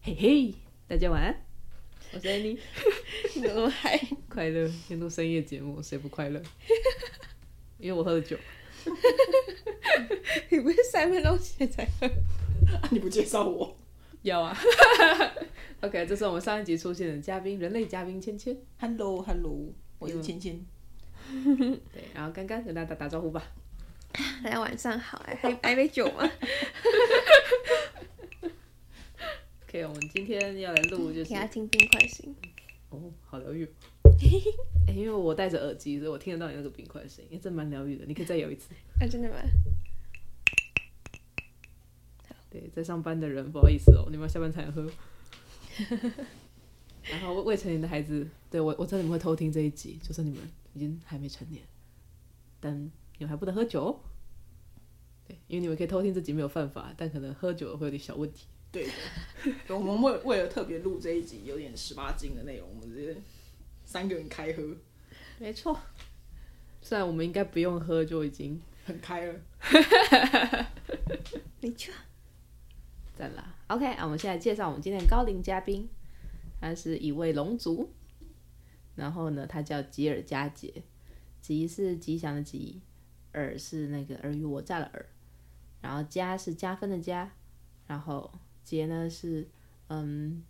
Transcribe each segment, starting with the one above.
嘿嘿，大家晚安，我是 Annie，你怎么还？快乐，天都深夜节目，谁不 快乐？因为我喝了酒，你不是三分钟前才喝？你不介绍我？要啊 ，OK，这是我们上一集出现的嘉宾，人类嘉宾芊芊， Hello Hello，我嗯是芊芊。对，然后刚刚跟大家打招呼吧。大家嗯晚上好，哎还还杯酒 吗？ OK，我们今天要来录就是给他听冰块心。哦，好疗愈 哦。哎因为我戴着耳机，所以我听得到你那个冰块的声音，真蛮疗愈的。你可以再有一次。啊，真的吗？对，在上班的人不好意思哦，你们要下班才能喝。 然后未未成年的孩子，对我我知道你们会偷听这一集，就是你们已经还没成年，但你们还不能喝酒哦。对，因为你们可以偷听这集没有犯法，但可能喝酒会有点小问题。对，我们为为了特别录这一集有点十八禁的内容，我们直接三个人开喝，没错，虽然我们应该不用喝就已经很开了。 没错。赞啦。OK，啊，我们现在介绍我们今天的高龄嘉宾，他是一位龙族，然后呢，他叫吉尔加杰，吉是吉祥的吉，尔是那个尔虞我诈的尔，然后加是加分的加，然后杰呢是嗯。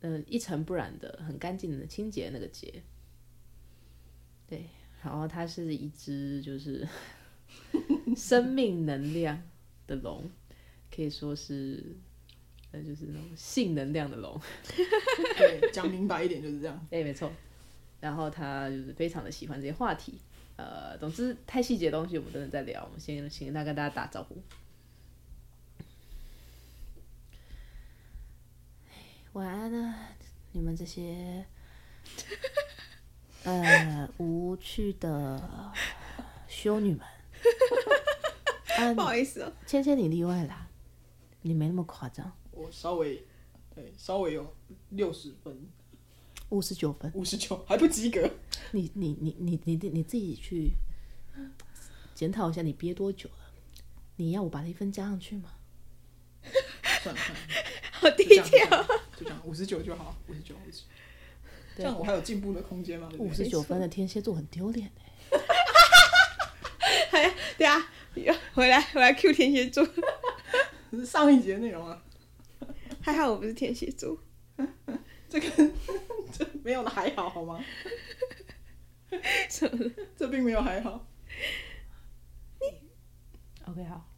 嗯，一尘不染的，很干净的，清洁那个洁。对，然后它是一只就是 生命能量的龙，可以说是，那就是那种性能量的龙。哎对，讲明白一点就是这样。对，没错。然后他就是非常的喜欢这些话题，呃，总之太细节的东西我们等等再聊。我们先先跟大家跟大家打招呼。晚安啊，你们这 些呃无趣的修女们。啊不好意思哦，芊芊你例外啦，你没那么夸张，哦我稍微，对，稍微有六十分，五十九分。五十九还不及格。你你你你你你自己去检讨一下，你憋多久了？你要我把那一分加上去吗？算了算了，好低就这样，调。就这样，五十九就好，五十九，五十九。这样我还有进步的空间吗？对不对五十九分的天蝎座很丢脸哎，对啊，回来我要 Q 天蝎座， 这是上一集的内容啊， 还好我不是天蝎座。 这个这没有的还好好吗？什么？这并没有还好。 OK 好，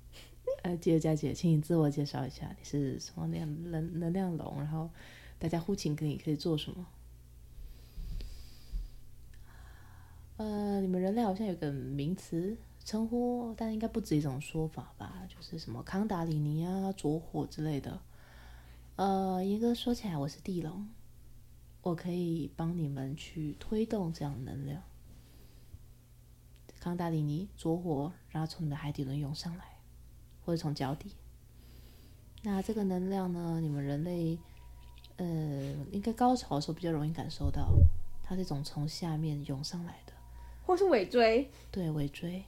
呃，姐佳姐，请你自我介绍一下，你是什么量能能量龙？然后大家呼请给你可以做什么？呃，你们人类好像有个名词称呼，但应该不止一种说法吧？就是什么康达里尼啊、着火之类的。呃，严格说起来，我是地龙，我可以帮你们去推动这样的能量。康达里尼着火，然后从你的海底轮涌上来，或者从脚底。那这个能量呢，你们人类，呃，应该高潮的时候比较容易感受到，它是一种从下面涌上来的，或是尾椎？对尾椎，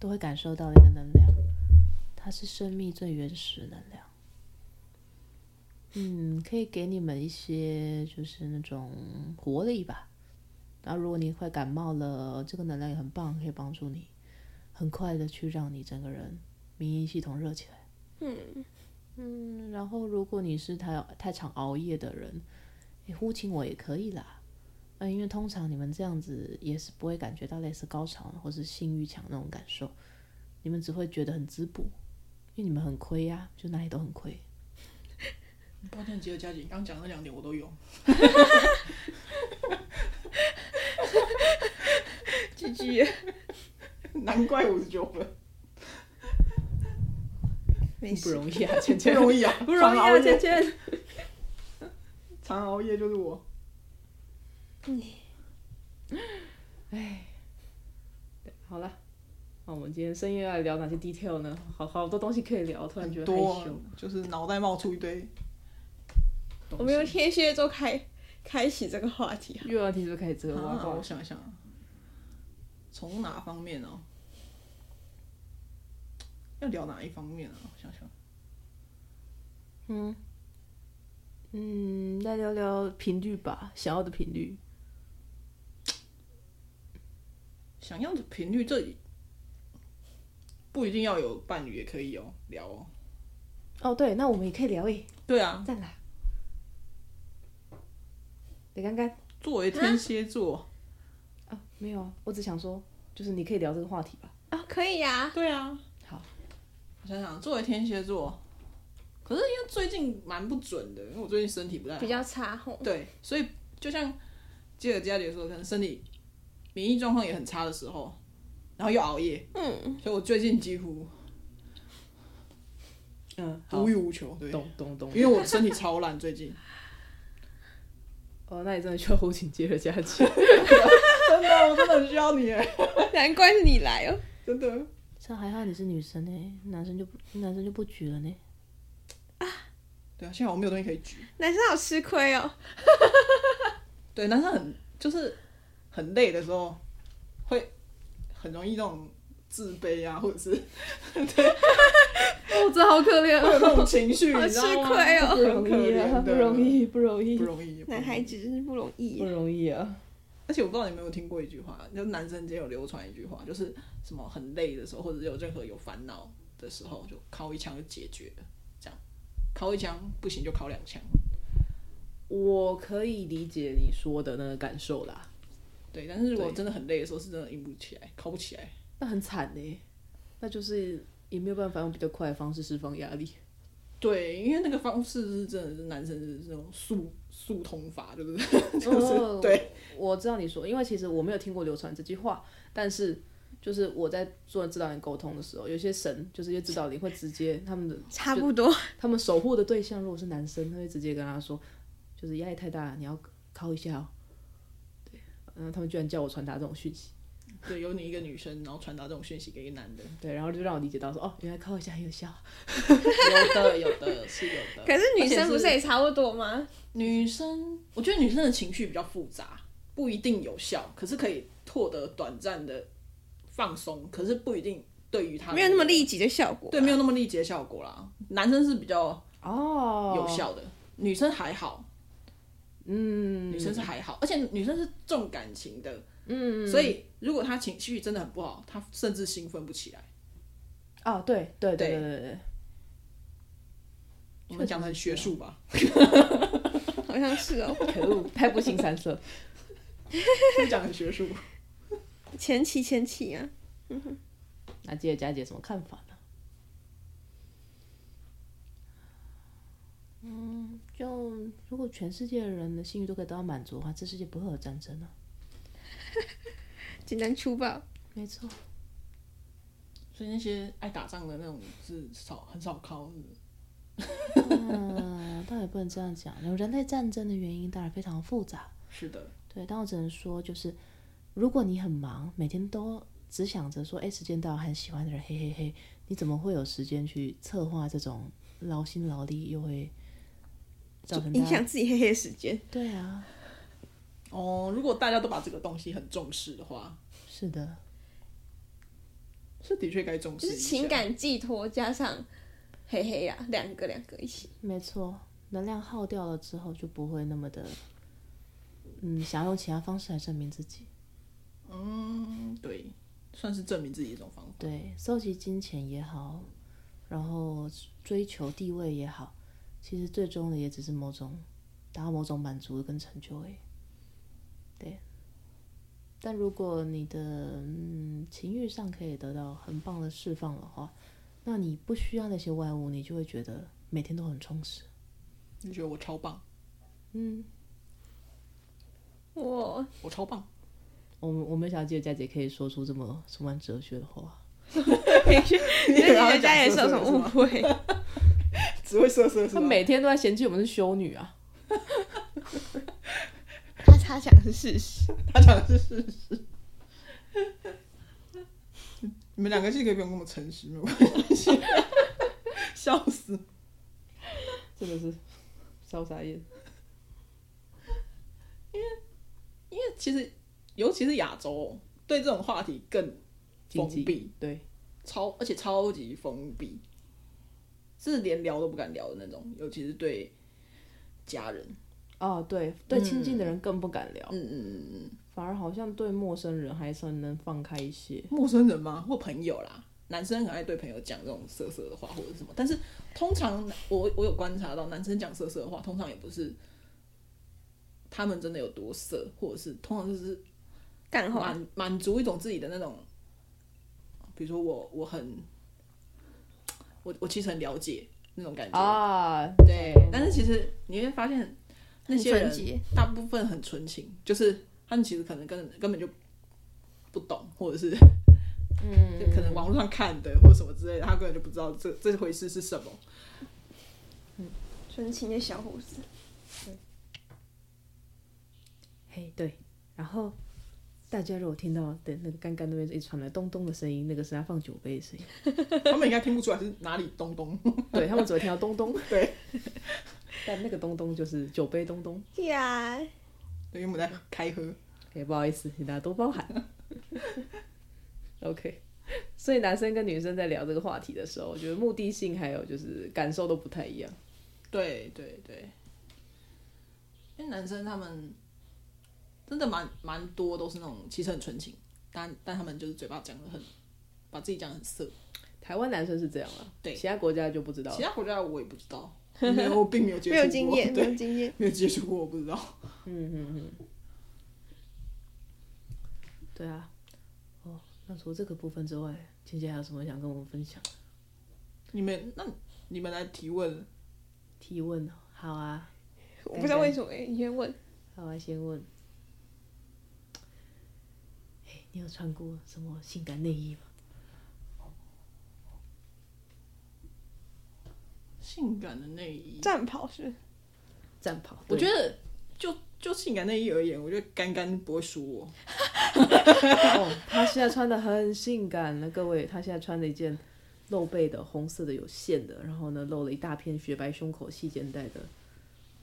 都会感受到那个能量，它是生命最原始的能量。嗯，可以给你们一些就是那种活力吧。然后，如果你快感冒了，这个能量也很棒，可以帮助你很快的去让你整个人免疫系统热起来。嗯嗯，然后如果你是太太常熬夜的人，你呼请我也可以啦。嗯，因为通常你们这样子也是不会感觉到类似高潮或是性欲强那种感受，你们只会觉得很滋补，因为你们很亏呀、就哪里都很亏。抱歉，吉尔加姐，你刚讲的那两点我都有。居居，难怪五十九分，没 不事。容易啊，芊不芊。容易啊， 不容易常熬啊，夜芊 芊。常熬夜就是我。好了，那我们今天深夜要来聊哪些 detail 呢？好好多东西可以聊，突然觉很得害多羞。，就是脑袋冒出一堆东西。我们用天蝎座开开启这个话题啊。又要提出开始这个挖啊，宝我，想一想啊，从哪方面哦？要聊哪一方面啊？我想想，嗯，再聊聊频率吧，想要的频率。想要的频率，这不一定要有伴侣也可以哦，聊哦。哦，对，那我们也可以聊诶，对啊，赞啦！你刚刚作为天蝎座，啊，没有啊，我只想说，就是你可以聊这个话题吧。啊，可以呀、对啊，好，我想想，作为天蝎座，可是因为最近蛮不准的，因为我最近身体不太好比较差吼。对，所以就像接着佳姐说，可能身体免疫状况也很差的时候，然后又熬夜，嗯，所以我最近几乎嗯，好无，欲无求，对，懂懂懂。因为我身体超烂，最近哦，那你真的需要后勤接了佳琪。 真的，我真的很需要你哎，难怪是你来哦。真的， 这还好你是女生呢，男生就男生就不举了呢。对啊，现在我没有东西可以举，男生好吃亏哦。对，男生很就是很累的时候，会很容易那种自卑啊，或者是 哦，这好可怜会有那种情绪，好你知道吗？吃亏 哦不容易啊，很不可怜容易，不容易不，容易，不容 男易孩子真是不容易不耶。容易啊。而且我不知道你有没有听过一句话，就男生间有流传一句话，就是什么很累的时候，或者有任何有烦恼的时候，就敲一枪就解决了，这样敲一枪不行就敲两枪，我可以理解你说的那个感受啦，对。但是如果对真的很累的时候，是真的硬不起来，敲不起来，那很惨呢，那就是也没有办法用比较快的方式释放压力。对，因为那个方式是真的是男生是那种速速通法，对不对？ 哦，对我知道你说，因为其实我没有听过流传这句话，但是就是我在做指导员沟通的时候，有些神就是一些指导灵会直接他们的差不多，他们守护的对象如果是男生，他会直接跟他说，就是压力太大了，你要靠一下哦。对，嗯然后他们居然叫我传达这种讯息，对，有你一个女生，然后传达这种讯息给一个男的，对，然后就让我理解到说，哦，原来靠一下很有效。 有的有的是有的。可是女生不而且是也差不多吗？女生，我觉得女生的情绪比较复杂，不一定有效，可是可以获得短暂的放松，可是不一定对于她的没有那么立即的效果。 对，没有那么立即的效果啦。男生是比较哦，有效的，女生还好，嗯，女生是还好，而且女生是重感情的，嗯，所以如果她情绪真的很不好，她甚至兴奋不起来。哦，对对对对对对对，我们讲的很学术吧，好像是哦。可恶，太不形三色。 是不是讲得很学术？前期前期啊，那吉尔佳姐什么看法呢？嗯，就如果全世界的人的性欲都可以得到满足的话，这世界不会有战争啊。简单粗暴。没错，所以那些爱打仗的那种是少很少靠，是不是嗯，倒也不能这样讲。人类战争的原因当然非常复杂，是的，对，但我只能说，就是如果你很忙，每天都只想着说，哎，时间到了，很喜欢的人，嘿嘿嘿，你怎么会有时间去策划这种劳心劳力又会造成大影家响自己黑黑的时间，对啊，哦，如果大家都把这个东西很重视的话，是的，是的确该重视 就一是下情。感寄托加上黑黑啊，两个两个一起。没错，能量耗掉了之后就不会那么的，嗯，想要用其他方式来证明自己。嗯，对，算是证明自己一种方法。对，搜集金钱也好，然后追求地位也好，其实最终的也只是某种达到某种满足跟成就而已。对，但如果你的嗯情欲上可以得到很棒的释放的话，那你不需要那些外物，你就会觉得每天都很充实。你觉得我超棒，嗯，哇，我超棒，我我没有想到吉尔佳姐可以说出这么充满哲学的话。 你以为他在人家讲也色色受什么是误吗 会？只会色色是啊她吧？每天都在嫌弃我们是修女啊，他他讲的是事实，他讲的是事实。你们两个是可以不用那么诚实，没有关系。笑死！真的是烧傻眼。因为其实，尤其是亚洲，对这种话题更禁封忌闭，对，超而且超级封闭，是连聊都不敢聊的那种，尤其是对家人。哦，对对，亲近的人更不敢聊，嗯嗯嗯嗯嗯，反而好像对陌生人还算能放开一些。陌生人吗？或朋友啦。男生很爱对朋友讲这种色色的话或者什么，但是通常我我有观察到，男生讲色色的话，通常也不是他们真的有多色，或者是通常就是干话，满满足一种自己的那种，比如说我我很我我其实很了解那种感觉，啊，对，但是其实你会发现那些很人纯洁大部分很纯情，就是他们其实可能根根本就不懂，或者是嗯，就可能网络上看的或什么之类的，他根本就不知道这这回事是什么。纯情的小伙子，嘿，对，然后大家如果听到对那个干干那边一直传来咚咚的声音，那个是他放酒杯的声 音，他们应该听不出来是哪里东东，对他们只会听到咚咚，对， 但那个咚咚就是酒杯咚咚。呀，对，因为我们在开喝。也不好意思，请大家多包涵。OK，所以男生跟女生在聊这个话题的时候，我觉得目的性还有就是感受都不太一样。对对对，因为男生他们真的蛮蛮多都是那种其实很纯情，但但他们就是嘴巴讲的很，把自己讲得很色。台湾男生是这样啦，对其他国家就不知道其。他国家我也不知 道，没有，我并没有接触没过，有经验，没对，有经验，没有接触过，我不知道。嗯嗯嗯，对啊。哦，那除了这个部分之外，倩倩还有什么想跟我们分享？你们那你们来提问，提问哦，好啊，我不知道为什么哎，你先问，好啊，先问。嘿，哎你有穿过什么性感内衣吗？性感的内衣，战袍是不是战袍，我对觉得就就性感内衣而言，我觉得干干不会输我。哦，他现在穿的很性感了，各位，他现在穿了一件露背的红色的有线的，然后呢露了一大片雪白胸口细肩带的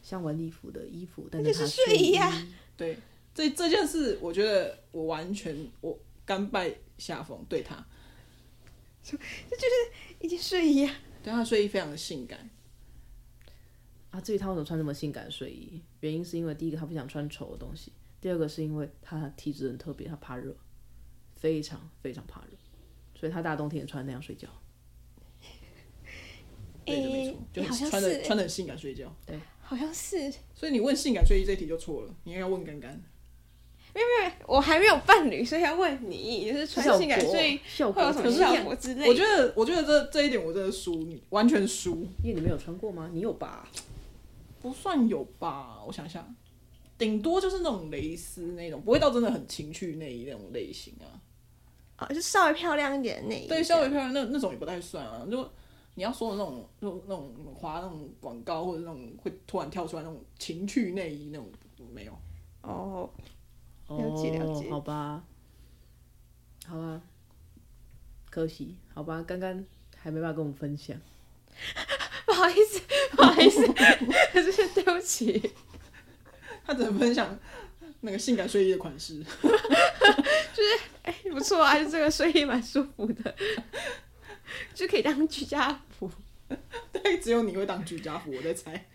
像晚礼服的衣服，但就是他睡衣啊对，这这件事，我觉得我完全我甘拜下风，对他，一件睡衣啊，对他的睡衣非常的性感。啊，至于他为什么穿这么性感的睡衣，原因是因为第一个他不想穿丑的东西，第二个是因为他体质很特别，他怕热，非常非常怕热，所以他大冬天也穿那样睡觉。对，就没哎错，，就哎好像是穿的是，穿的性感睡觉。好像是，所以你问性感睡衣这题就错了，你应该问干干。我还没有伴侣，所以要问你，就是穿性感睡衣效会果有什么怎么样效果之类我的觉得，我觉得这这一点我真的输你，完全输，因为你没有穿过吗？你有吧？不算有吧？我想想，顶多就是那种蕾丝那种，不会到真的很情趣内衣那种类型啊。哦，就稍微哦漂亮一点的啊内衣，啊对，稍微漂亮那那种也不太算啊。就你要说的那种，那种那种滑那种广告或者那种会突然跳出来那种情趣内衣那种，没有。哦，了解了解哦，好吧，好啊，可惜，好吧，刚刚还没办法跟我们分享， 不好意思，不好意思，就是对不起，他只能分享那个性感睡衣的款式。 哎，不错啊，就这个睡衣蛮舒服的， 就可以当居家服。对，只有你会当居家服，我在猜。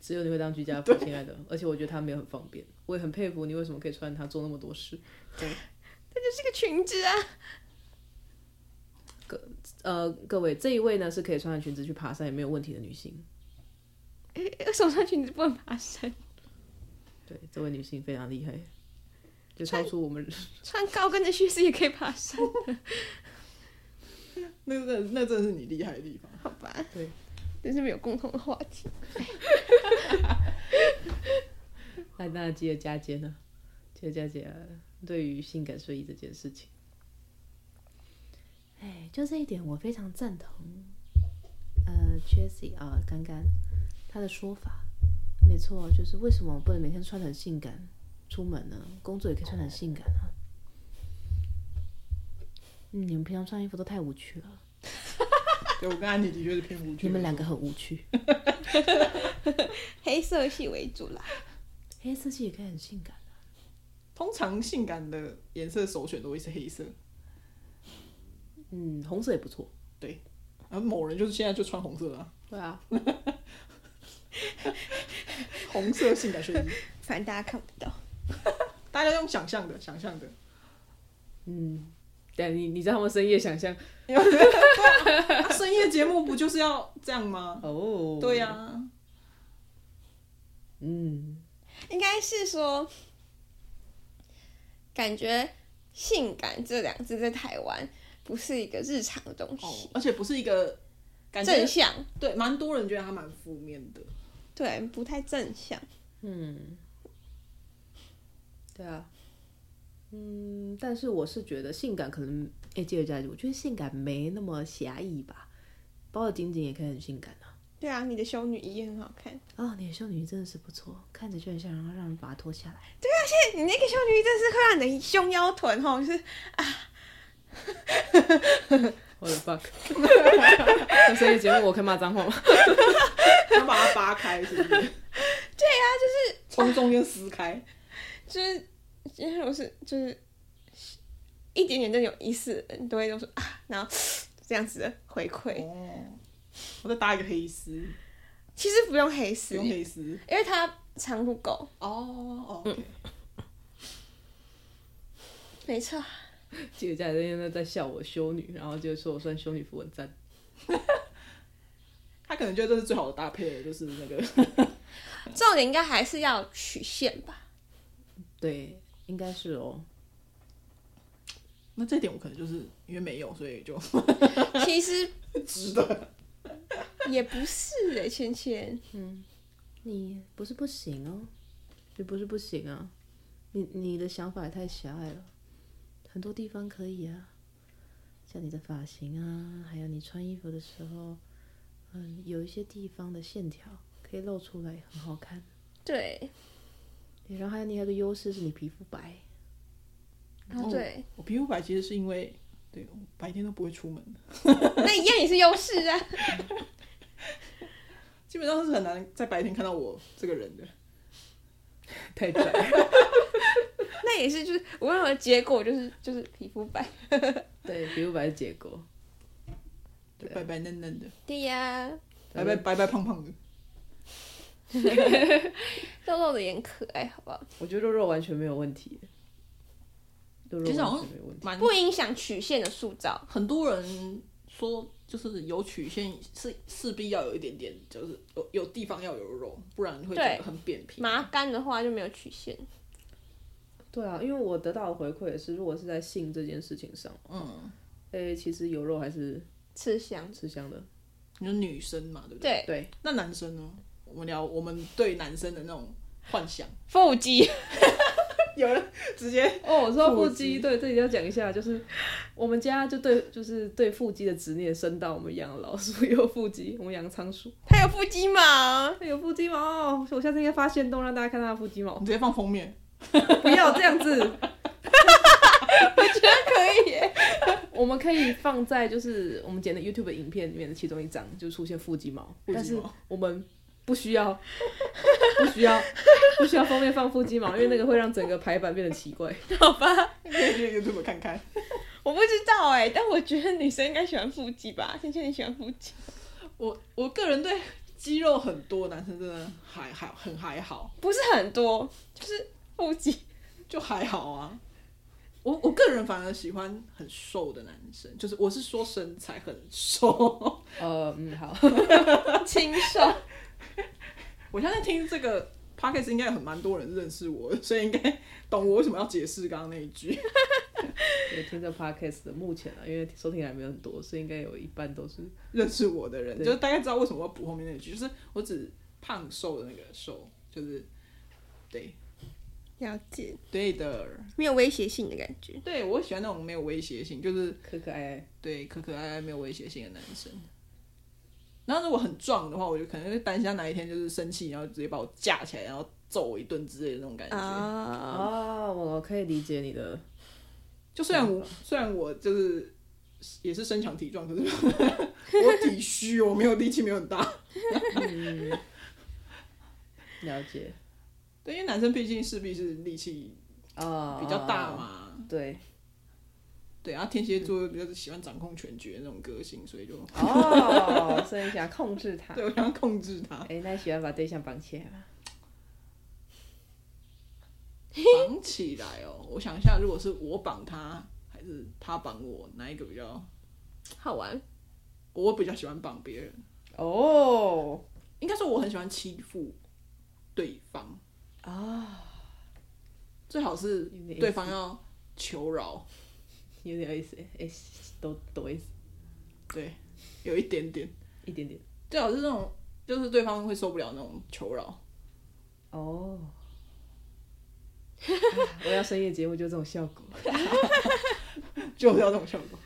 只有你会当居家服，亲爱的，而且我觉得它没有很方便，我也很佩服你为什么可以穿它做那么多事。它就是个裙子啊，呃，各位，这一位呢是可以穿着裙子去爬山也没有问题的女性，哎为什么穿裙子不能爬山？对，这位女性非常厉害，就超出我们穿高跟的靴子也可以爬山，那那那真的是你厉害的地方。好吧？对，真是没有共同的话题。那那吉尔加杰呢？吉尔加杰、啊、对于性感睡衣这件事情，哎，就这一点我非常赞同。呃 c h e s s y 啊，刚刚他的说法没错，就是为什么我不能每天穿得很性感出门呢？工作也可以穿得很性感啊。嗯，你们平常穿衣服都太无趣了，对，我跟安妮的确是偏无趣。你们两个很无趣。黑色系为主啦，黑色系也可以很性感啊，通常性感的颜色首选都会是黑色，嗯，红色也不错。而某人就是现在就穿红色啊。对啊， 红色性感睡衣，反正大家看不到。大家用想象的，想象的， 嗯，但你你知道他们深夜想象啊深夜节目不就是要这样吗？哦，对啊呀、嗯，应该是说，感觉“性感”这两个字在台湾不是一个日常的东哦西，，而且不是一个感觉正向对，蛮多人觉得它蛮负面的。对不太正向。对啊，嗯，但是我是觉得性感可能，哎、接着加一句，我觉得性感没那么狭义吧，包的紧紧也可以很性感啊。对啊，你的修女衣也很好看。哎啊、你的少女真的是不错，看着就很像，然后让人把它脱下来。你那个修女衣真是会让你的胸腰臀吼，就是我的 fuck！那 深夜节目我可以骂脏话吗？想把它扒开，是不是？ 对呀、啊就是啊从中间撕开。就是，因为我是就是一点点这种意思，你都会都说啊，然后这样子的回馈。哦，我再搭一个黑丝，其实不用黑不丝，用因黑丝。为它长度够。哦哦，没错，记者在那边在笑我修女，然后就说我算修女符文赞。他可能觉得这是最好的搭配了，就是那个重点应该还是要曲线 吧。对，应该是哦。那这点我可能就是因为没有，所以就其实值得。也不是哎、芊芊，你不是不行哦，你不是不行啊，你你的想法也太狭隘了，很多地方可以啊，像你的发型啊，还有你穿衣服的时候，嗯，有一些地方的线条可以露出来，很好看。对，对然后还有你有个优势是你皮肤白，哦对，我皮肤白其实是因为，对，我白天都不会出门，那一样也是优势啊。 基本上是很难在白天看到我这个 人的。太窄。那也是就是我认为结果就是就是皮肤白。 对，皮肤白是结果。就白白嫩嫩的，对呀、白白白白胖胖的，肉肉的也很可爱，好不好？我觉得肉肉完全没有问题，肉肉其实好完像全没有问题。蛮不影响曲线的塑造。很多人说，就是有曲线是势必要有一点点，就是有有地方要有肉，不然会觉对得很扁平。麻干的话就没有曲线。对啊，因为我得到的回馈也是，如果是在性这件事情上，嗯，诶、其实有肉还是吃香。吃香的。你说女生嘛，对不对？对，对，那男生呢？我们聊我们对男生的那种幻想，腹肌。 有人直 接哦，我说腹腹肌肌，对，这里要讲一下，就是我们家就对，就是对腹肌的执念深到我们养老鼠有腹肌，我们养仓鼠，哎他有腹肌吗？它有腹肌毛，我下次应该发现洞让大家看它的腹肌毛，你直接放封面，不要这样子，可以耶。我们可以放在就是我们剪的 YouTube 影片里面的其中一张，就出现腹肌毛，腹肌毛但是我们不需要，不需要，不需要封面放腹肌毛，因为那个会让整个排版变得奇怪。你可以去 YouTube 看看。我不知道哎，但我觉得女生应该喜欢腹肌吧。芊芊，你喜欢腹肌？我我个人对肌肉很多男生真的还还很还好，不是很多，就是腹肌。就还好啊。我我个人反而喜欢很瘦的男生，就是我是说身材很瘦。 呃，嗯，好，清瘦。我现在听这个 podcast 应该有很蛮多人认识我，所以应该懂我为什么要解释刚刚那一句。有听这 podcast 的目前啊，因为收听还没有很多，所以应该有一半都是。认识我的人，对就大概知道为什么我要补后面那一句，就是我只胖瘦的那个瘦，就是对 了解，对的，没有威胁性的感觉。对我喜欢那种没有威胁性，就是可可爱爱。对可可爱爱没有威胁性的男生。然后如果很壮的话，我就可能会担心他哪一天就是生气，然后直接把我架起来，然后揍我一顿之类的那种感觉。啊，哦，我可以理解你的，就虽然我虽然我就是也是身强体壮，可是 我体虚，我没有力气，没有很大。嗯了解对，因为男生毕竟势必是力气哦，比较大。嘛，对，对，然后天蝎座又比较喜欢掌控全局的那种个性，所以就哦，所以想控制他。对我想要控制他，哎，那你喜欢把对象绑起来吗？绑起来哦。我想一下，如果是我绑他，还是他绑我，哪一个比较？好玩，我比较喜欢绑别人，哦，应该说我很喜欢欺负对方啊，哦最好是有点对方要求饶，有点意思，哎，都都意思对，有一点点，一点点。最好是那种就是对方会受不了那种求饶。哦， 我要深夜节目就这种效果。就是要这种效果。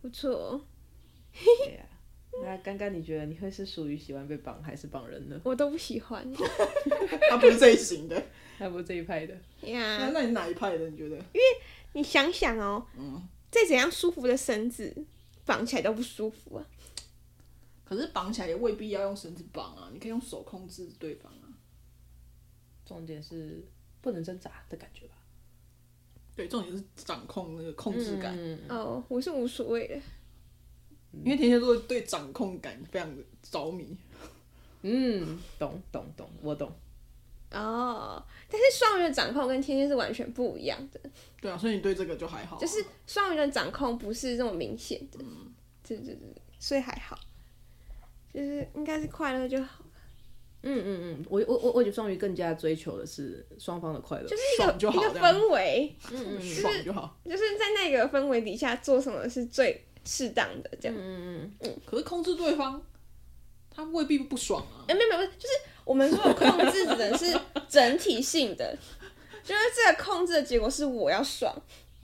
不错，哦对呀、那刚刚你觉得你会是属于喜欢被绑还是绑人呢？我都不喜欢他不是这一型的。 他不是这一派的。那呀。那你哪一派的？你觉得？你想想哦，嗯，再怎样舒服的绳子绑起来都不舒服啊。可是绑起来也未必要用绳子绑啊，你可以用手控制对方啊。重点是不能挣扎的感觉吧？对，重点是掌控那个控制感，嗯，哦，我是无所谓的，因为天蝎座对掌控感非常的着迷。嗯懂懂懂，我懂。哦，但是双鱼的掌控跟天蝎是完全不一样的，对啊，所以你对这个就还好啊、就是双鱼的掌控不是这么明显的，嗯对对对，所以还好，就是应该是快乐就好，嗯嗯嗯，我我我我觉得双鱼更加追求的是双方的快乐，就是一个爽就好一这个样氛围，嗯嗯爽就好。就是在那个氛围底下做什么是最适当的这样。嗯嗯可是控制对方，他未必不爽啊。哎、没有没有，就是我们说的控制只能是整体性的， 就是这个控制的结果是我要爽，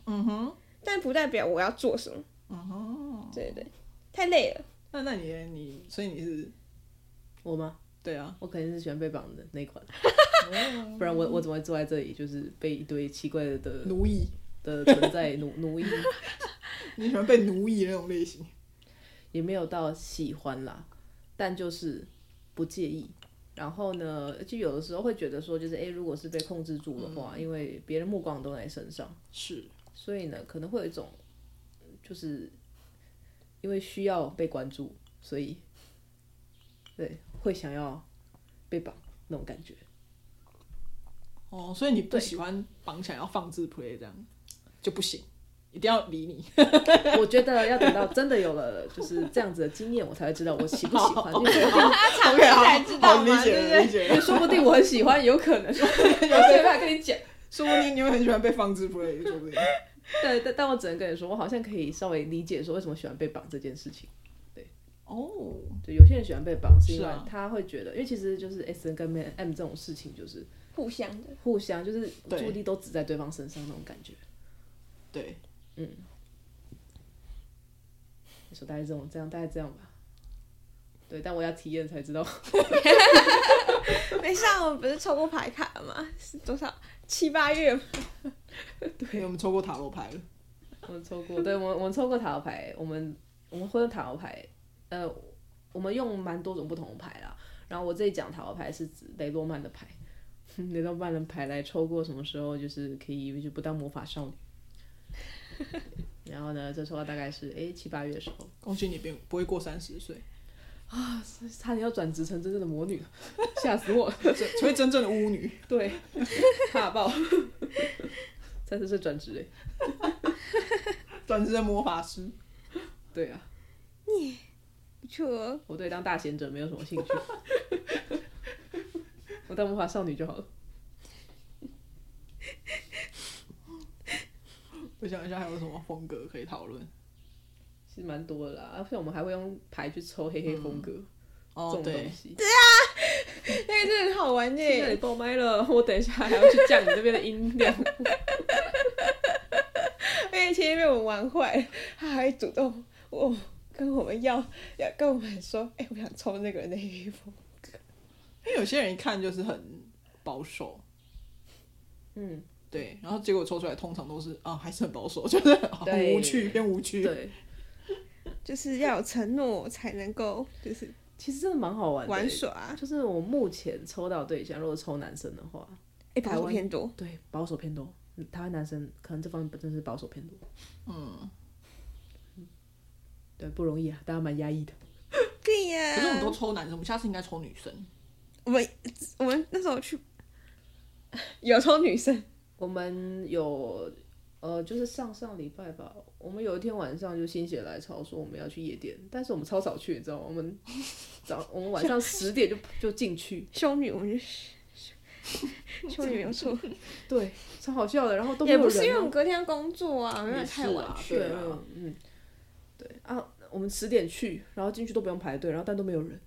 嗯哼，但不代表我要做什么。嗯哼。对对，太累了。那那你你所以你是我吗？对 啊，我肯定是喜欢被绑的那一款，不然我我怎么会坐在这里，就是被一堆奇怪的的奴役，的存在奴奴役，你喜欢被奴役的那种类型。也没有到喜欢啦，但就是不介意。然后呢，就有的时候会觉得说，就是诶，如果是被控制住的嗯话，因为别人目光都在身上，是，所以呢，可能会有一种，就是因为需要被关注，所以对会想要被绑那种 感觉。哦，所以你不对喜欢绑起来要放置 play 这样就不行，一定要理你。我觉得要等到真的有了就是这样子的经验，我才会知道我喜不喜 欢，因为他尝试 OK，好才知道好理嘛，解对不了理对？解因为了。说不定我很喜欢，有可 能，我没办法跟你讲。说不定你会很喜欢被放置 play，说不定。对， 但但我只能跟你说，我好像可以稍微理解说为什么喜欢被绑这件事情。哦，对，有些人喜欢被绑，是因是为啊他会觉得，因为其实就是 S N 跟 M M 这种事情，就是互相的，互相就是对注定都只在对方身上那种感觉。对，你说大概这种这样，大概这样吧。对，但我要体验才知道。 没事啊，我们不是抽过牌卡了吗？是多少？七八月吗对，我们抽过塔罗牌了。我们抽过，对，我们我们抽过塔罗牌，我们我们会用塔罗牌，呃，我们用蛮多种不同的牌啦。然后我这里讲塔罗牌是指雷诺曼的牌，雷诺曼的牌来抽过什么时候就是可以就不当魔法少 女。然后呢，这抽到大概是诶七八月的时候恭喜你变不会过三十岁，啊，差点要转职成真正的魔 女了，吓死我了。成成为真正的巫女。 对，怕爆， 三十岁转职诶，转职的魔法师，对啊，不错哦，我对当大贤者没有什么兴趣， 我当魔法少女就好了。我想一下还有什么风格可以讨论。其实蛮多的啦，而啊且我们还会用牌去抽黑黑风格、哦，这种对东，西。那个真的很好玩现在你耶！爆麦了，我等一下还要去降你这边的音量。被前面被我们玩坏了，他还会主动我跟我们要要跟我们说，哎、我想抽那个人的衣服。因为有些人一看就是很保守，嗯，对，然后结果抽出来通常都是啊，还是很保守，就是 很对无趣，偏无趣。对，就是要有承诺才能够就是其实真的蛮好玩的。欸玩耍。就是我目前抽到对象，如果抽男生的话，哎、欸，保守偏多，对保守偏多，嗯台湾男生可能这方面不真是保守偏多。嗯，对，不容易啊，大家蛮压抑的。对啊可是我们呀，都抽男生，我们下次应该抽女生。我们我们那时候去有抽女生，我们有呃，就是上上礼拜吧，我们有一天晚上就心血来潮说我们要去夜店，但是我们超少去，你知道吗？我们早我们晚 上十点就就进去，修女，我们就 修女没有抽，对，超好笑的，然后都没也有不是因人为我啊、们隔天要工作啊，因为也是太晚啊去对对没有嗯，对啊，我们十点去，然后进去都不用排队，然后但都没有人。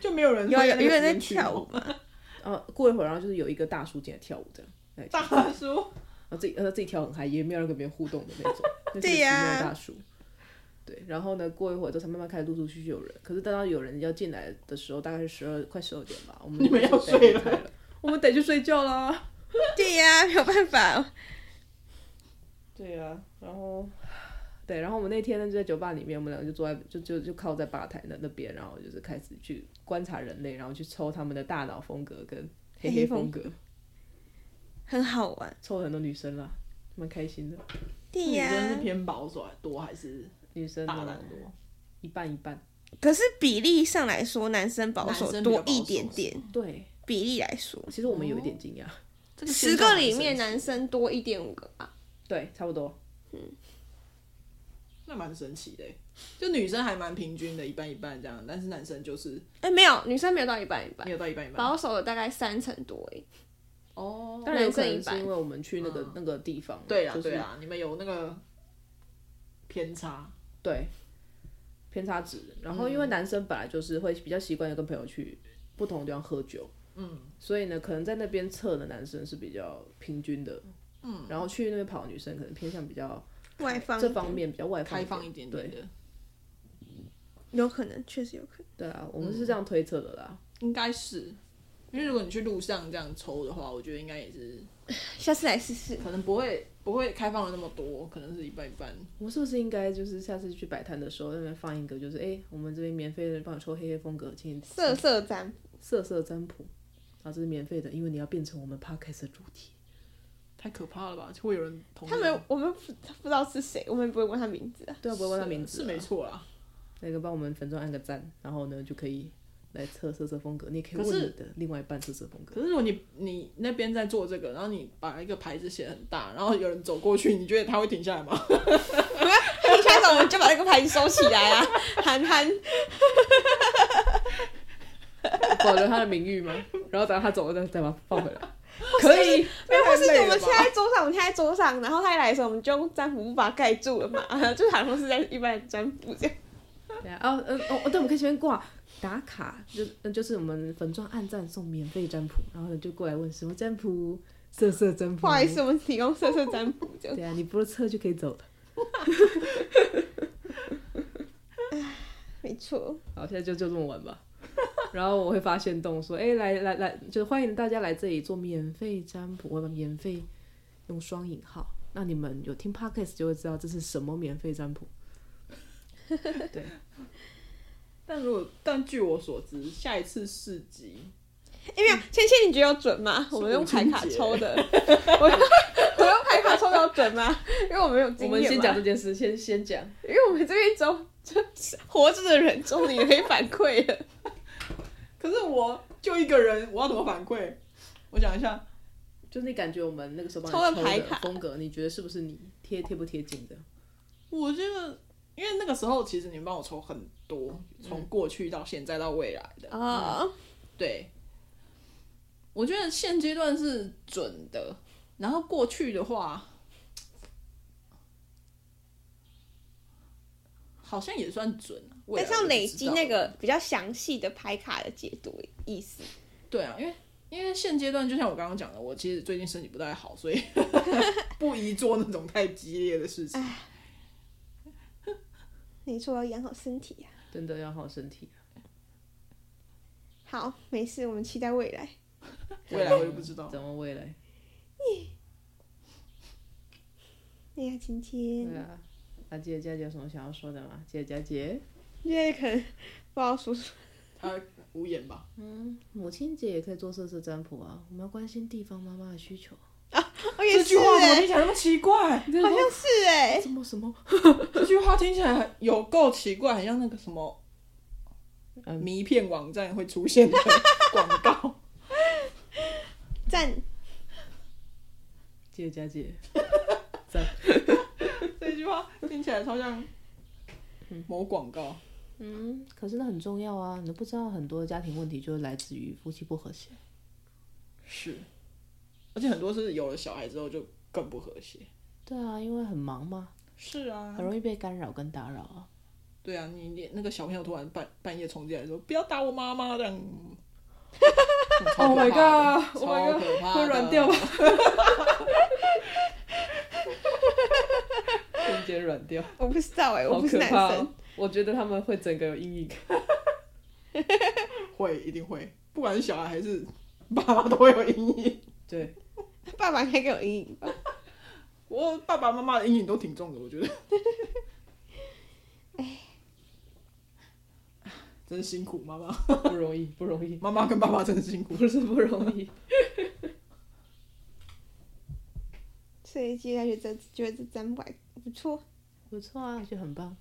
就没有人有有在那个时有人在间去跳吗舞嘛？呃，过一会儿，然后就是有一个大叔进来跳舞这样， 哎大叔，然后自己呃他自己跳很嗨，也没有人跟别人互动的那种，那是个对奇妙的呀大叔。对，然后呢，过一会儿之后才慢慢开始陆陆续续有人，可是等到有人要进来的时候，大概是十二快十二点吧，我们你们就要被睡离开了了，我们得去睡觉啦。 对呀，没有办法，对啊，然后，对，然后我们那天呢就在酒吧里面，我们两个就坐在就就就靠在吧台那那边，然后就是开始去观察人类，然后去抽他们的大脑风格跟黑黑黑风风格，很好玩，抽了很多女生啦，蛮开心的。对啊你呀。真的是偏保守还多还是女生大呢胆，多？一半一半，可是比例上来说，男生保守男生比较多保守一点点，对，比例来说，其实我们有一点惊讶，这十个里面男生多一点五个吧。对，差不多，那蛮神奇的欸，就女生还蛮平均的，一半一半这样，但是男生就是哎、没有，女生没有到一半一半没，有到一半一半。保守的大概三成多哎。哦，当然有可男能生一是半因为我们去那个、嗯那个地方，对啊，啊就是对啊，你们有那个偏差，对偏差值。然后因为男生本来就是会比较习惯地跟朋友去不同的地方喝酒，嗯，所以呢，可能在那边测的男生是比较平均的，嗯，然后去那边跑的女生可能偏向比较外方这方面比较外放开一点放一点点的，有可能，确实有可能。对啊，我们是这样推测的啦。应该是。因为如果你去路上这样抽的话，我觉得应该也是，下次来试试。可能不会不会开放的那么多，可能是一半一半。我们是不是应该就是下次去摆摊的时候，那边放一个就是哎、诶我们这边免费的帮你抽黑黑风格，请你色色占色色占卜，然后这是免费的，因为你要变成我们 podcast 的主题。太可怕了吧？会有人同意他们我们不不知道是谁，我们也不会问他名 字啊。对啊，不会问他名字、是啊，是没错啦。那个帮我们粉钻按个赞，然后呢就可以来测色色风格。你也可以可问你是的另外一半色色风格。可是如果你你那边在做这个，然后你把一个牌子写很大，然后有人走过去，你觉得他会停下来吗？一开始我们就把那个牌子收起来啊， 憨憨。保留他的名誉吗？然后等到他走了再再把它放 回来，可以。没有，或是太累我了们贴吧在桌上，我们贴在桌上，然后他一来的时候，我们就用占卜布把它盖住了嘛， 就是好像是在一般的占卜这样。对啊，哦，嗯，哦，对，我们可以前面挂打卡，就是嗯就是我们粉钻按赞送免费占卜，然后呢就过来问什么占卜，色色占卜。不好意思，，我们提供色色占卜这样。对啊，你不测就可以走了。没错，好，现在就就这么玩吧。 然后我会发现动说，哎、来来来，就欢迎大家来这里做免费占卜，我把免费用双引号。那你们有听 podcast 就会知道这是什么免费占卜。对， 但如果但据我所知，下一次市集哎、没有，芊芊，你觉得有准吗？我们用牌卡抽的，我 我用牌卡抽的有准吗？因为我没有经我验嘛们先讲这件事，先先讲。因为我们这边只有就是活着的人终于可以反馈了。可是我就一个人，我要怎么反馈？我想一下，就是你感觉我们那个时候抽帮了你抽牌的卡风格，你觉得是不是你贴贴不贴近的？我这个因为那个时候其实你们帮我抽很多，从嗯过去到现在到未来的，啊、对，我觉得现阶段是准的，然后过去的话，好像也算准啊。未但来是要我就不累知积道那了个比较详细的牌卡的解读意思。对啊，因为因为现阶段就像我刚刚讲的，我其实最近身体不太好， 所以不宜做那种太激烈的事情。没错，要养好身体啊。真的要好好身体。啊好，没事，我们期待未来。未来我就不知 道，啊怎么未来？哎呀，今对天啊，那姐姐姐姐有什么想要说的吗？姐姐姐，因为可能不好 说出他呃无言吧？ 嗯，母亲节也可以做色色占卜啊，我们要关心地方妈妈的需求。啊，我也这是句话怎么哎、听起来那么奇怪？好像是哎、什么什么这句话听起来有够奇怪，很像那个什么嗯迷片网站会出现的广告。 赞，吉尔加姐，这句话听起来超像某广告。嗯，可是那很重要啊，你都不知道很多家庭问题就是来自于夫妻不和谐。是，而且很多是有了小孩之后就更不和谐。对啊，因为很忙嘛，是啊很容易被干扰跟打扰啊。对啊，你你那个小朋友突然半半夜冲进来说：“不要打我妈妈！”这样。 Oh my god，Oh 超 my 可怕的，会软掉吧？瞬间软掉，我不知道哎、 我好不是可男怕哦生，我觉得他们会整个有阴影。会一定会，不管是小孩还是爸妈都会有阴影。对， 爸爸应该给我阴影吧？我爸爸妈妈的阴影都挺重的，我觉得。 真辛苦妈妈，不容易， 不容易，妈妈跟爸爸真辛苦。不是不容易。所以接下去这觉得这占卜还不错，不错啊，就很棒。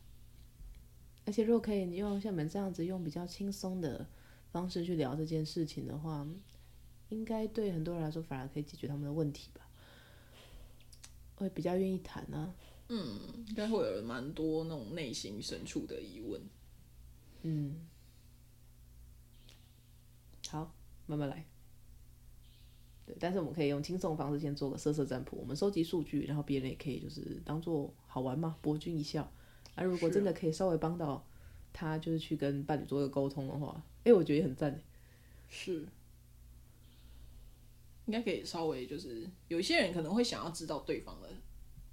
而且如果可以用像你们这样子用比较轻松的方式去聊这件事情的话，应该对很多人来说反而可以解决他们的问题吧，会比较愿意谈啊。应该会有蛮多那种内心深处的疑问。嗯，好，慢慢来。对，但是我们可以用轻松的方式先做个色色占卜，我们收集数据，然后别人也可以就是当做好玩嘛，博君一笑。啊，如果是真的可以稍微帮到他，就是去跟伴侣做个沟通的话，哎、我觉得也很赞。是，应该可以稍微就是有一些人可能会想要知道对方的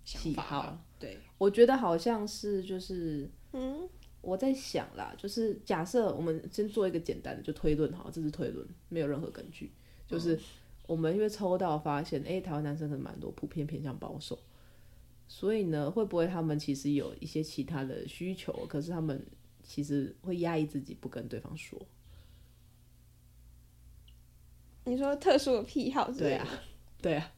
想喜法啊好吧，对，我觉得好像是就是嗯，我在想啦，就是假设我们先做一个简单的，就推论好了，这是推论，没有任何根据。就是我们因为抽到发现，诶，台湾男生可能蛮多普遍偏向保守，所以呢，会不会他们其实有一些其他的需求，可是他们其实会压抑自己不跟对方说？你说特殊的癖好是不是对啊，对啊。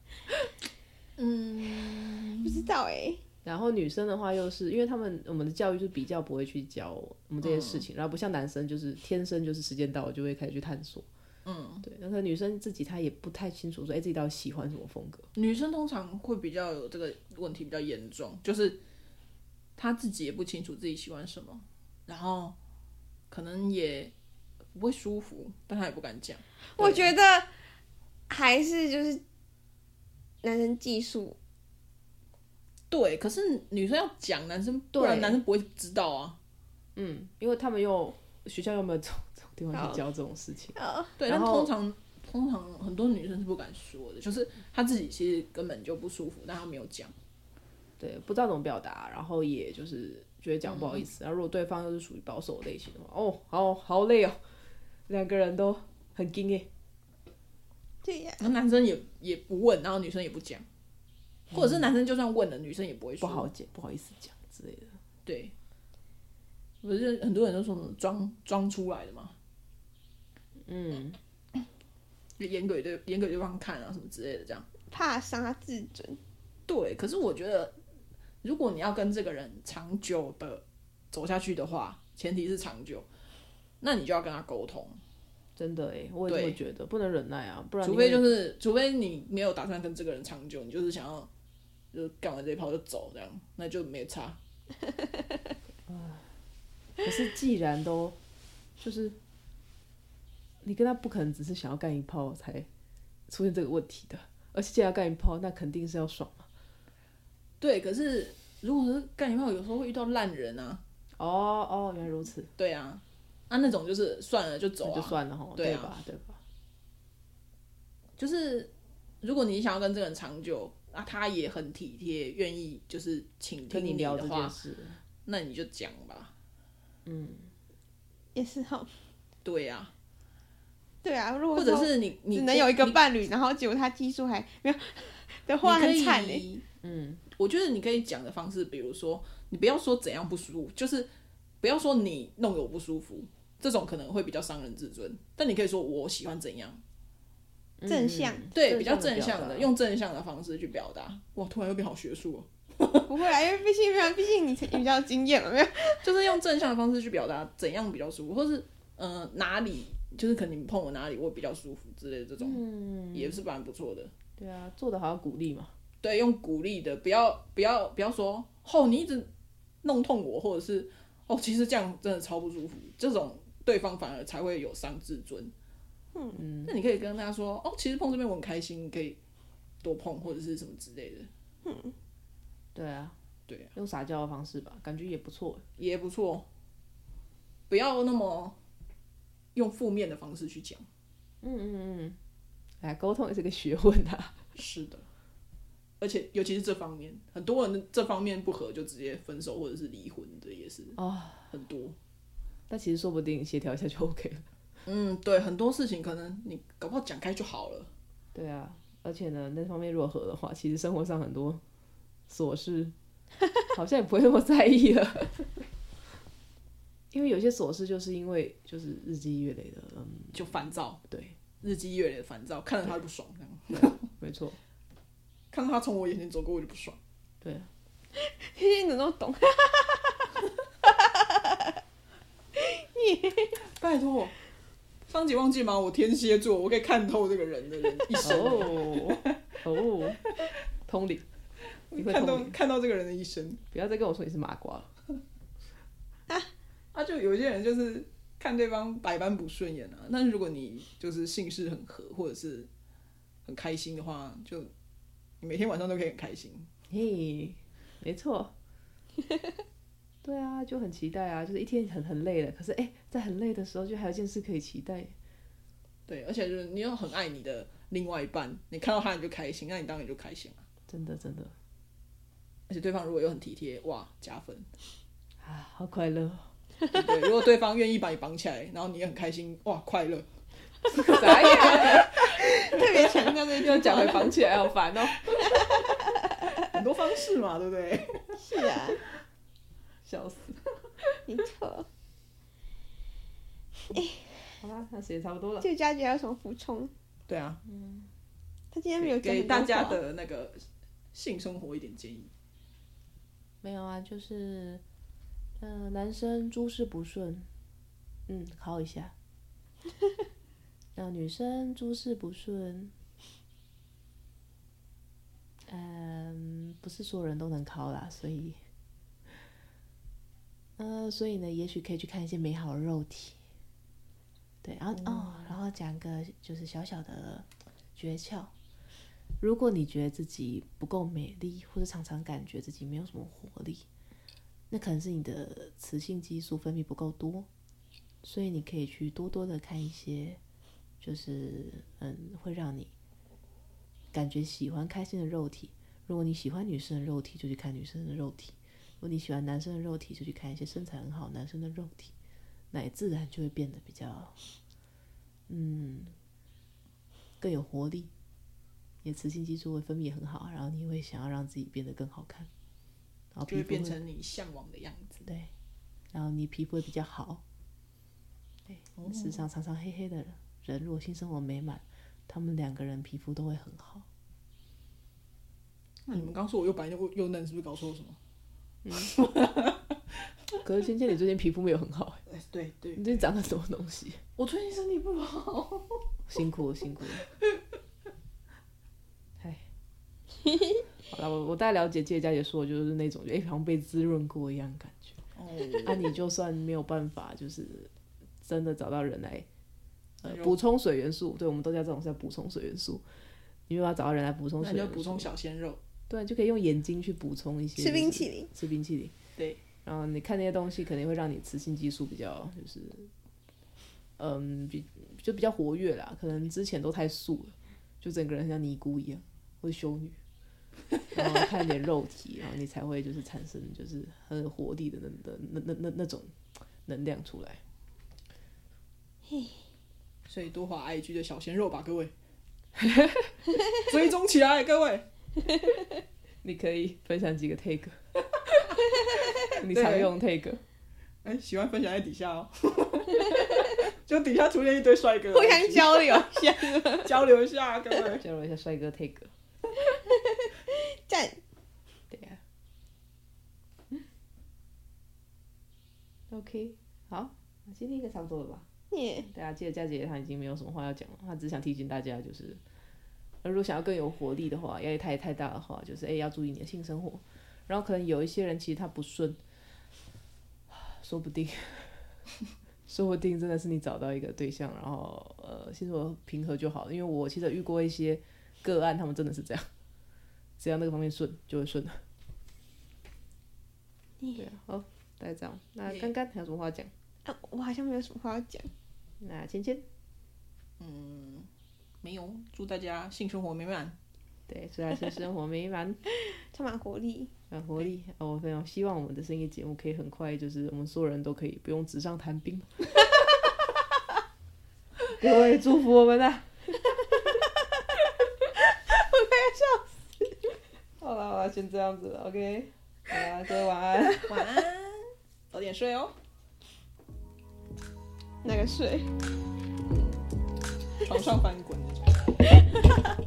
不知道哎、然后女生的话，又是因为他们我们的教育就比较不会去教我们这些事情，嗯然后不像男生就是天生就是时间到了就会开始去探索。嗯，对，那个女生自己她也不太清楚说，哎、自己到底喜欢什么风格。女生通常会比较有这个问题比较严重，就是她自己也不清楚自己喜欢什么，然后可能也不会舒服，但她也不敢讲。我觉得还是就是男生技术，对，可是女生要讲，男生不对然男生不会知道啊。嗯，因为他们又学校又没有这种这种地方好去教这种事情。呃，对，然但后通常通常很多女生是不敢说的，就是她自己其实根本就不舒服，但她没有讲。对，不知道怎么表达，然后也就是觉得讲不好意嗯思。然后如果对方又是属于保守类型的话，哦，好好累哦，两个人都很惊耶。对呀、然后男生也也不问，然后女生也不讲，或者是男生就算问了，女生也不会不说。好解，不好意思讲之类的。对，不是很多人都说什么装装出来的嘛，嗯，就演给对演给对方看啊什么之类的这样。怕伤他自尊，对，可是我觉得，如果你要跟这个人长久的走下去的话，前提是长久，那你就要跟他沟通，真的哎，我也这么对觉得，不能忍耐啊，不然除你非会就是除非你没有打算跟这个人长久，你就是想要就是干完这一炮就走这样，那就没差。可是既然都就是你跟他不可能只是想要干一炮才出现这个问题的，而且既然要干一炮，那肯定是要爽嘛。对，可是如果是干一炮，有时候会遇到烂人啊，哦哦，原来如此，对啊，那那种就是算了就走那啊，就算了哈，对啊吧？对吧？就是如果你想要跟这个人长久，啊，他也很体贴，愿意就是倾跟听你聊的这件话，事，那你就讲吧，也是哈。对呀、对啊，如啊，果或说者是你你只能有一个你伴侣，然后结果他技术还没有 的话，你可很以惨哎、欸。嗯，我觉得你可以讲的方式，比如说你不要说怎样不舒服，就是不要说你弄得我不舒服，这种可能会比较伤人自尊，但你可以说我喜欢怎样。正向嗯对，比较正表向达的，用正向的方式去表达。哇，突然又变好学术哦，不会啊啦，因为毕竟非常，毕竟你比较有经验嘛，没有 就是用正向的方式去表达怎样比较舒服，或是呃哪里就是可能你碰我哪里我比较舒服之类的这种，嗯也是蛮不错的。对啊，做的好要鼓励嘛。对，用鼓励的，不要不要不要说哦，你一直弄痛我，或者是哦，其实这样真的超不舒服，这种对方反而才会有伤自尊。嗯，那你可以跟他说哦，其实碰这边我很开心，你可以多碰或者是什么之类的，对啊，对用撒娇的方式吧，感觉也不错。也不错。不要那么用负面的方式去讲。哎，沟通也是个学问啊。是的，而且尤其是这方面，很多人这方面不合就直接分手或者是离婚的也是哦很多。但其实说不定协调一下就 OK 了。嗯，对，很多事情可能你搞不好讲开就好了。对啊，而且呢，那方面如果合的话，其实生活上很多琐事好像也不会那么在意了。 因为有些琐事就是因为就是日积月累的，嗯，就烦躁，对，日积月累的烦躁，看着他就不爽，这样没错，看到他从我眼前走过我就不爽。对啊，毕竟你怎么那么懂？拜托，上集忘记吗？我天蝎座，我可以看透这个人 的人一生，哦哦，通灵，哦你会看通到灵，看到这个人的一生。不要再跟我说你是麻瓜了。啊，就有一些人就是看对方百般不顺眼啊。但是如果你就是性事很合，或者是很开心的话，就你每天晚上都可以很开心。嘿，没错。对啊，就很期待啊，就是一天很很累了，可是哎、在很累的时候，就还有一件事可以期待。对，而且就是你要很爱你的另外一半，你看到他你就开心，那你当然就开心啊。真的真的而且对方如果又很体贴，哇，加分。啊，好快乐哦！对不对，如果对方愿意把你绑起来，然后你也很开心，哇，快乐。 啥呀？特别强调这一句又话，讲回绑起来，好烦哦。很多方式嘛，对不对？是啊，笑死。没错。好啦，那时间差不多了。这个佳姐还有什么补充？对啊，她今天没有讲给很多大家话的那个性生活一点建议。没有啊，就是，嗯、男生诸事不顺，嗯，考一 下。然后女生诸事不顺，嗯，不是所有人都能考啦，所以，嗯、所以呢，也许可以去看一些美好的肉体。对，然后、哦，然后讲个就是小小的诀窍，如果你觉得自己不够美丽，或者常常感觉自己没有什么活力，那可能是你的雌性激素分泌不够多，所以你可以去多多的看一些，就是嗯，会让你感觉喜欢开心的肉体。如果你喜欢女生的肉体，就去看女生的肉体；如果你喜欢男生的肉体，就去看一些身材很好男生的肉体，那也自然就会变得比较，嗯，更有活力。你的雌性激素会分泌也很好，然后你会想要让自己变得更好看，然后就皮会肤变会成你向往的样子。对，然后你皮肤会比较好。对，世上常常黑黑的人，如果性生活美满，他们两个人皮肤都会很好。那你们刚说我又白又又嫩，是不是搞错了什么？可是芊芊，你最近皮肤没有很好欸，哎，对对，你最近长了什么东 西？我最近身体不好。辛苦了，辛苦了。 哎，好了，我我大概了解借佳姐说的就是那种，就哎、好像被滋润过一样的感觉。 哦，啊，你就算没有办法，就是真的找到人来呃哎呦补充水元素，对我们都叫这种是要补充水元素，你又要找到人来补充那水你就元素，补充小鲜肉。对，啊就可以用眼睛去补充一些、吃冰淇，淋，吃冰淇淋，对，然后你看那些东西，肯定会让你雌性激素比较就是，嗯，比就比较活跃啦，可能之前都太素了，就整个人像尼姑一样，或者修女。然后看点肉体，然后你才会就是产生就是很有活力的那那那那那种能量出来。所以多滑 IG 的小鲜肉吧，各 位，追踪起来，各位。你可以分享几个 take，你常用 take，哎，喜欢分享在底下哦。 就底下出现一堆帅哥，互相交流 一下，交流一下，各位。交流一下帅哥 take。赞。对呀、OK，好，那今天应该差不多了吧？耶，对啊，记得佳姐她已经没有什么话要讲了，她只想提醒大家，就是呃如果想要更有活力的话，压力太太大的话，就是哎、要注意你的性生活。然后可能有一些人其实他不顺，说不定， 说不定真的是你找到一个对象，然后呃性生活平和就好了。因为我其实有遇过一些个案，他们真的是这样，只要那个方面顺就会顺的。对啊，好，大概这样。那刚刚还有什么话讲？啊，我好像没有什么话要讲。那芊芊， 没有，祝大家性生活美满。对，祝大家生活美满。充满活力，有活力啊！我非常希望我们的声音节目可以很快，就是我们所有人都可以不用纸上谈兵。 各位祝福我们 呐、我快要笑死！好 了好了，先这样子了，OK。好啦，各位晚安。晚安，早点睡哦，那个水。床上翻滚的。